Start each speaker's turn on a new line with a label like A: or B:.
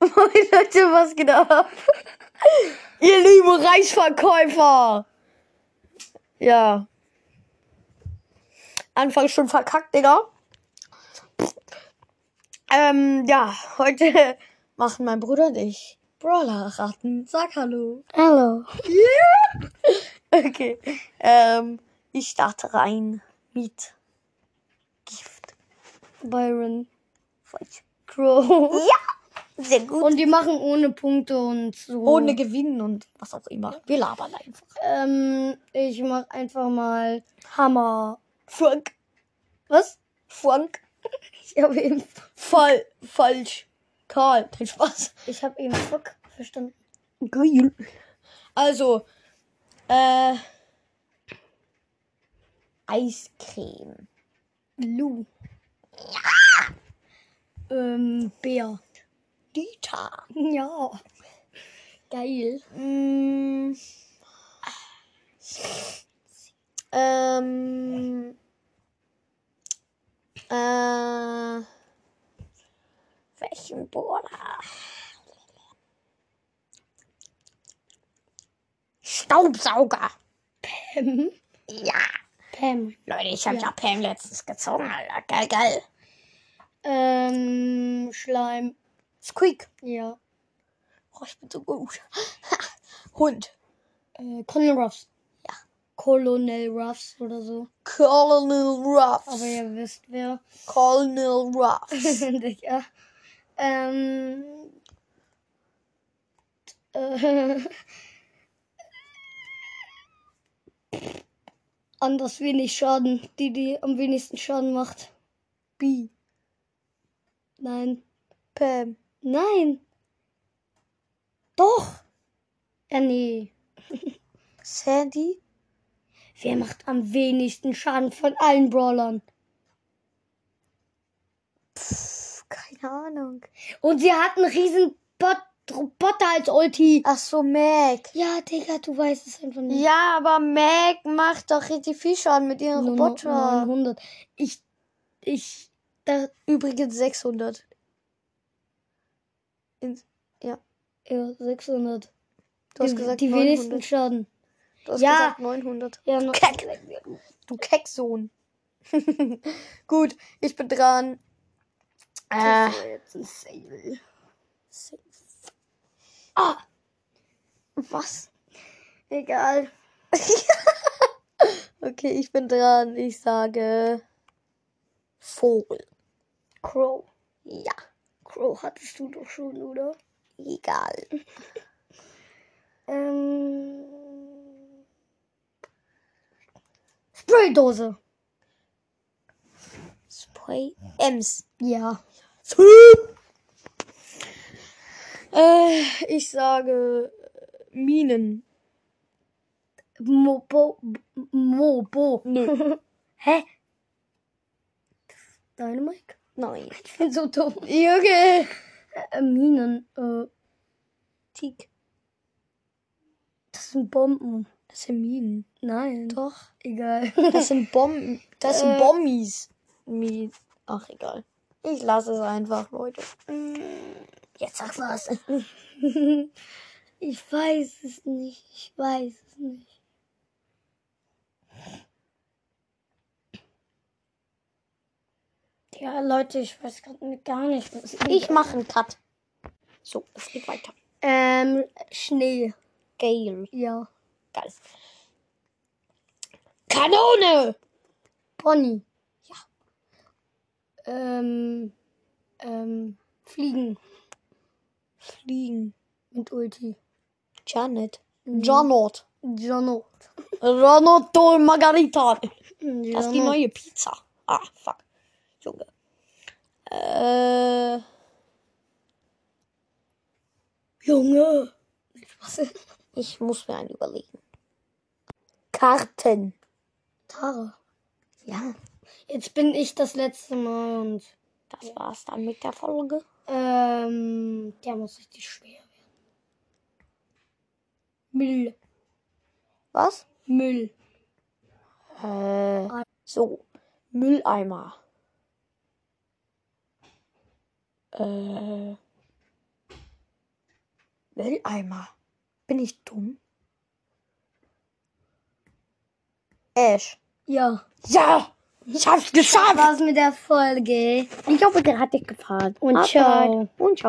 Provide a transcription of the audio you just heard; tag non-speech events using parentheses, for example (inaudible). A: Moin Leute, was geht ab? (laughs) Ihr lieben Reisverkäufer! Ja. Anfang schon verkackt, Digga. Ähm, ja, heute (laughs) machen mein Bruder und ich Brawler-Ratten. Sag hallo.
B: Hallo.
A: (laughs) Okay. Ähm, ich starte rein mit Gift.
B: Byron.
A: Falsch.
B: Crow.
A: Sehr gut.
B: Und die machen ohne Punkte und so.
A: Ohne Gewinnen und was auch immer. Wir labern einfach.
B: Ähm, ich mach einfach mal Hammer.
A: Frank.
B: Was?
A: Frank.
B: Ich habe eben,
A: Voll. Falsch. Karl. Kein Spaß.
B: ich habe eben Fuck verstanden.
A: Geil. Also, äh. Eiscreme.
B: Lou. Ähm, Bär.
A: Dieter.
B: (laughs) Ja. Geil.
A: Mm. Ähm. Äh. Welchen Bohrer? Staubsauger.
B: Pam.
A: Ja.
B: Pam.
A: Leute, ich habe
B: Ja.
A: ja. Pam letztens gezogen, Alter. Geil, geil.
B: Ähm, Schleim.
A: Squeak.
B: Ja.
A: Oh, ich bin so gut. (laughs) Hund.
B: Äh, Colonel Ruffs.
A: Ja.
B: Colonel Ruffs oder so.
A: Colonel Ruffs.
B: Aber ihr wisst wer.
A: Colonel
B: (laughs)
A: Ruffs.
B: Digga. Ähm. Äh, anders wenig Schaden. Die, die am wenigsten Schaden macht.
A: B.
B: Nein.
A: Pam.
B: Nein. Doch. Ja, nee.
A: Sandy?
B: Wer macht am wenigsten Schaden von allen Brawlern?
A: Pff, keine Ahnung.
B: Und sie hat einen riesen Bot Roboter als Ulti.
A: Ach so, Mac.
B: Ja, Digga, du weißt es einfach nicht.
A: Ja, aber Mac macht doch richtig viel Schaden mit ihrem
B: Nur
A: Roboter.
B: 900. Ich, ich, da,
A: Übrigens 600. In,
B: ja, 600.
A: du hast
B: die,
A: gesagt
B: die
A: 900.
B: wenigsten Schaden.
A: Du hast
B: Ja.
A: gesagt 900.
B: Ja, no,
A: Keck. Du Kecksohn. (laughs) Gut, ich bin dran. Äh,
B: Ah,
A: was?
B: egal.
A: Okay, ich bin dran. Ich sage Vogel.
B: Crow.
A: Ja,
B: Crow hattest du doch schon, oder?
A: egal.
B: Ähm. Spraydose.
A: Spray. Ems.
B: Ja.
A: Äh, ich sage äh, Minen.
B: Mobo. Mobo.
A: Nö.
B: (laughs) Hä? Dynamite?
A: Nein.
B: Ich bin so dumm.
A: Junge.
B: Äh, Minen. Äh,
A: Tick.
B: das sind Bomben.
A: Das sind Minen.
B: Nein.
A: Doch.
B: Egal. (laughs)
A: Das sind Bomben. Das sind
B: Äh.
A: Bommis. Minen. Ach, egal. Ich lasse es einfach, Leute. Mm, Jetzt sag was.
B: Ich weiß es nicht. Ich weiß es nicht. Ja, Leute, ich weiß gerade gar nicht, was
A: Ich mache einen Cut. So, es geht weiter.
B: Ähm, Schnee.
A: Gale.
B: Ja.
A: Geil. Kanone!
B: Pony.
A: Ja.
B: Ähm, ähm, Fliegen
A: Fliegen.
B: mit Ulti.
A: Janet. Janot.
B: Jono.
A: Ronotto Margarita. Das ist die
B: Hm, Jono.
A: neue Pizza. Ah, fuck. Junge. Äh.
B: Junge. Was ist?
A: Ich muss mir einen überlegen. Karten.
B: Tara.
A: Ja,
B: Jetzt bin ich das letzte Mal und
A: das war's dann mit der Folge.
B: Ähm, der muss richtig schwer werden. Müll.
A: Was?
B: Müll.
A: Äh. So. Mülleimer. Äh. Mülleimer. Bin ich dumm? Ash.
B: Ja.
A: Ja! Ich hab's geschafft!
B: Was mit der Folge?
A: Ich hoffe, der hat dich gefallen.
B: Und ciao.
A: Und ciao.